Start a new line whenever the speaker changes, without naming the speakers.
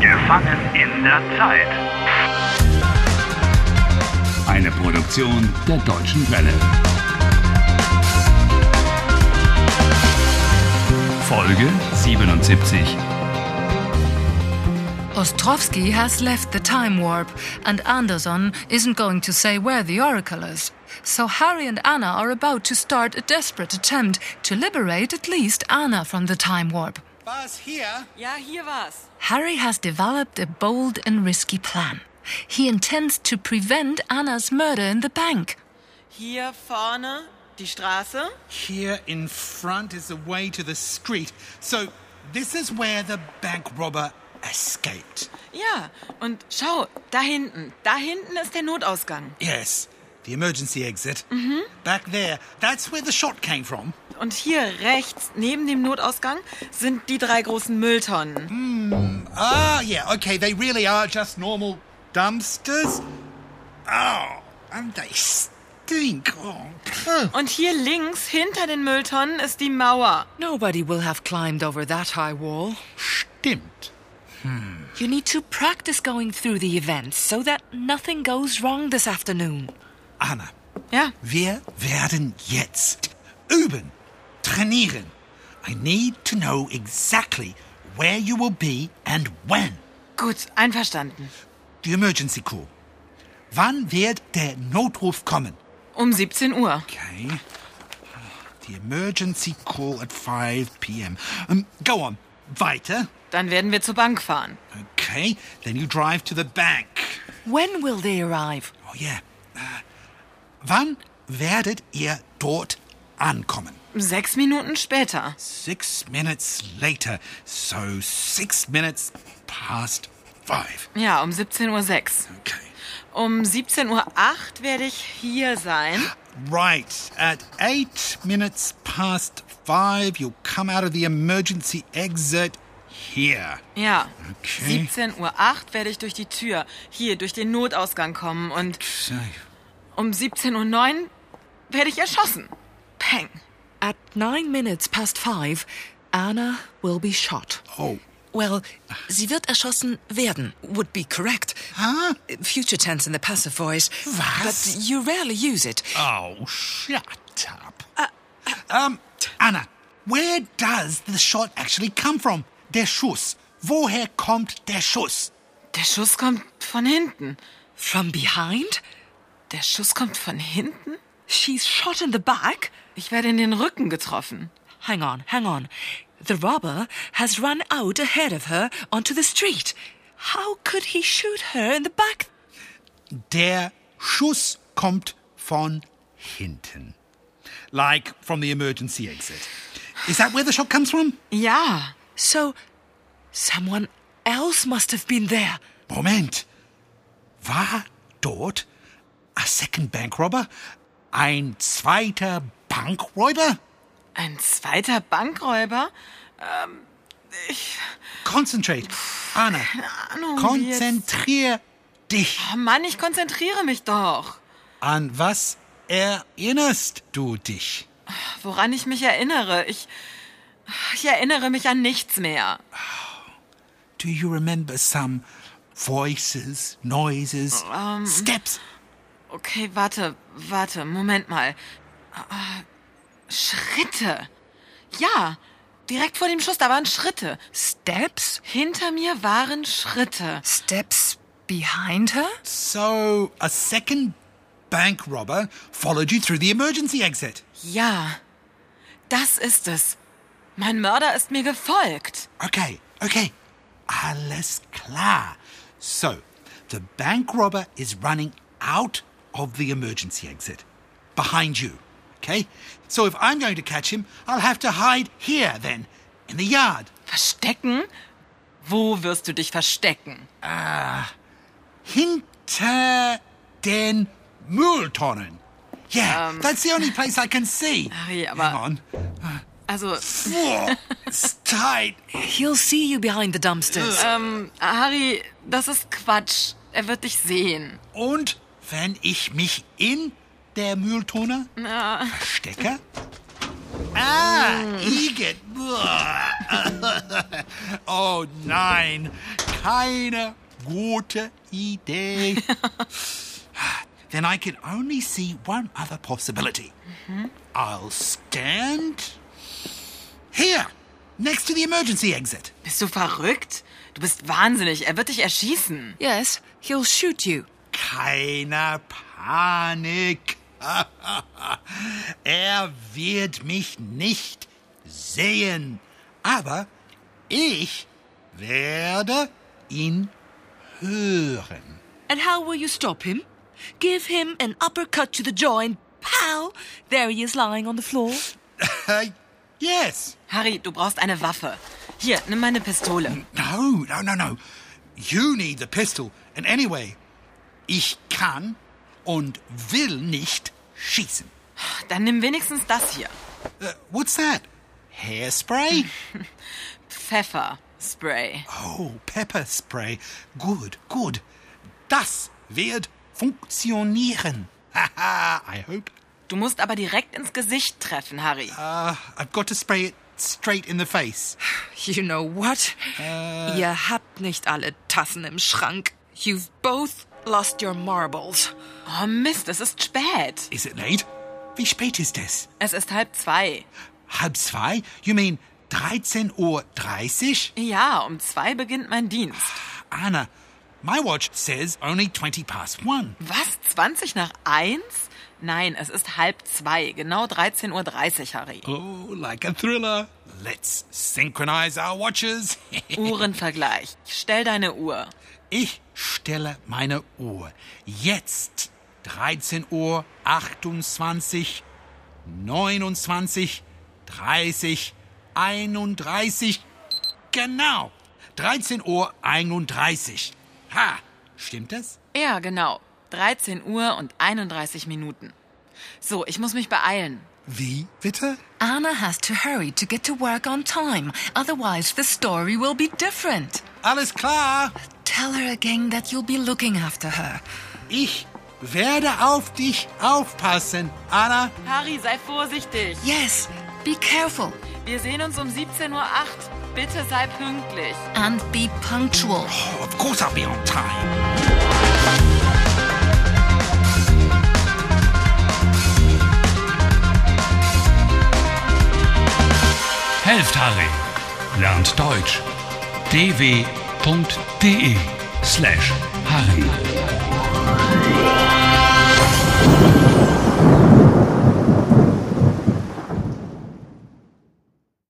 Gefangen in der Zeit.
Eine Produktion der Deutschen Welle. Folge 77.
Ostrovsky has left the time warp, and Anderson isn't going to say where the Oracle is. So Harry and Anna are about to start a desperate attempt to liberate at least Anna from the time warp.
War es hier?
Ja, hier war's.
Harry has developed a bold and risky plan. He intends to prevent Anna's murder in the bank.
Hier vorne die Straße.
Here in front is the way to the street. So this is where the bank robber escaped.
Ja, und schau, da hinten. Da hinten ist der Notausgang.
Yes, the emergency exit. Back there. That's where the shot came from.
Und hier rechts, neben dem Notausgang, sind die drei großen Mülltonnen.
Ah, yeah, okay, they really are just normal dumpsters. Oh, and they stink. Oh, pff.
Und hier links, hinter den Mülltonnen, ist die Mauer.
Nobody will have climbed over that high wall.
stimmt.
You need to practice going through the events so that nothing goes wrong this afternoon.
Anna,
Ja,
wir werden jetzt üben, trainieren. I need to know exactly where you will be and when.
gut, einverstanden.
Die Emergency Call. Wann wird der Notruf kommen?
Um 17 Uhr.
Okay. The emergency call at 5 p.m. Um, go on. Weiter.
Dann werden wir zur Bank fahren.
Okay. Then you drive to the bank.
When will they arrive?
Oh yeah. Uh, wann werdet ihr dort ankommen?
Sechs Minuten später.
Six minutes later. So six minutes past five.
Ja, um 17.06 Uhr.
Okay.
Um 17.08 Uhr werde ich hier sein.
Right. At eight minutes past five, you'll come out of the emergency exit here.
Ja.
Okay.
17.08 Uhr werde ich durch die Tür, hier durch den Notausgang kommen und
So.
um 17.09 Uhr werde ich erschossen. Peng.
At nine minutes past five, Anna will be shot.
Oh.
Well, sie wird erschossen werden, would be correct.
Huh?
Future tense in the passive voice.
Was?
But you rarely use it.
Oh, shut up. um, Anna, where does the shot actually come from? Der Schuss. Woher kommt der Schuss?
Der Schuss kommt von hinten.
From behind?
Der Schuss kommt von hinten?
She's shot in the back?
Ich werde in den Rücken getroffen.
Hang on, hang on. The robber has run out ahead of her onto the street. How could he shoot her in the back?
Der Schuss kommt von hinten. Like from the emergency exit. Is that where the shot comes from?
Ja.
So, someone else must have been there.
Moment. War dort a second bank robber? Ein zweiter Bankräuber?
Ein zweiter Bankräuber?
Concentrate. Anna,
Ahnung, wie Oh, jetzt-
konzentrier dich.
Oh Mann, ich konzentriere mich doch.
An was erinnerst du dich?
Woran ich mich erinnere, ich. Ich erinnere mich an nichts mehr.
Do you remember some voices, noises, steps?
Okay, warte, warte, Moment mal. Ah, Schritte. Ja, direkt vor dem Schuss, da waren Schritte.
Steps?
Hinter mir waren Schritte.
Steps behind her?
So, a second bank robber followed you through the emergency exit.
Ja, das ist es. Mein Mörder ist mir gefolgt.
Okay, okay. Alles klar. So, the bank robber is running out of the emergency exit behind you. Okay? So, if I'm going to catch him, I'll have to hide here then, in the yard.
Verstecken? Wo wirst du dich verstecken?
Hinter den Mülltonnen. Yeah, that's the only place I can see.
Harry, aber-
Hang on.
Also,
Whoa, it's tight.
He'll see you behind the dumpsters.
Uh.
Harry, das ist Quatsch. Er wird dich sehen.
Und wenn ich mich in der Mülltonne verstecke? Ah, Igitt. Uah. Oh nein, keine gute Idee. then I can only see one other possibility. I'll stand here, next to the emergency exit.
Bist du verrückt? Du bist wahnsinnig. Er wird dich erschießen.
Yes, he'll shoot you.
Keine Panik. er wird mich nicht sehen. Aber ich werde ihn hören.
And how will you stop him? Give him an uppercut to the jaw and pow! There he is lying on the floor.
Äh, yes.
Harry, du brauchst eine Waffe. Hier, nimm meine Pistole.
No, no, no, no. You need the pistol. And anyway, ich kann und will nicht schießen.
Dann nimm wenigstens das hier.
Äh, what's that? Hairspray?
Pfefferspray.
Oh, pepper spray. Good, good. Das wird funktionieren. Haha, I hope.
Du musst aber direkt ins Gesicht treffen, Harry.
Uh, I've got to spray it straight in the face.
You know what? Ihr habt nicht alle Tassen im Schrank. You've both lost your marbles.
Oh Mist, es ist spät.
Is it late? Wie spät ist es?
Es ist halb zwei.
Halb zwei? You mean 13.30 Uhr?
Ja, um zwei beginnt mein Dienst.
Anna, my watch says only 20 past one.
Was? 20 nach eins? Nein, es ist halb zwei. Genau 13.30 Uhr, Harry.
Oh, like a thriller. Let's synchronize our watches.
Uhrenvergleich. Stell deine Uhr.
Ich stelle meine Uhr. Jetzt 13 Uhr 28, 29, 30, 31. Genau. 13 Uhr 31. Ha, stimmt das?
Ja, genau. 13 Uhr und 31 Minuten. So, ich muss mich beeilen.
Wie bitte?
Anna has to hurry to get to work on time, otherwise, the story will be different.
Alles klar.
Tell her again that you'll be looking after her.
Ich werde auf dich aufpassen, Anna.
Harry, sei vorsichtig.
Yes, be careful
Wir sehen uns um 17.08 Uhr. Bitte sei pünktlich.
and be punctual.
Oh, of course I'll be on time.
Helft Harry. Lernt Deutsch. dw.de slash Harry.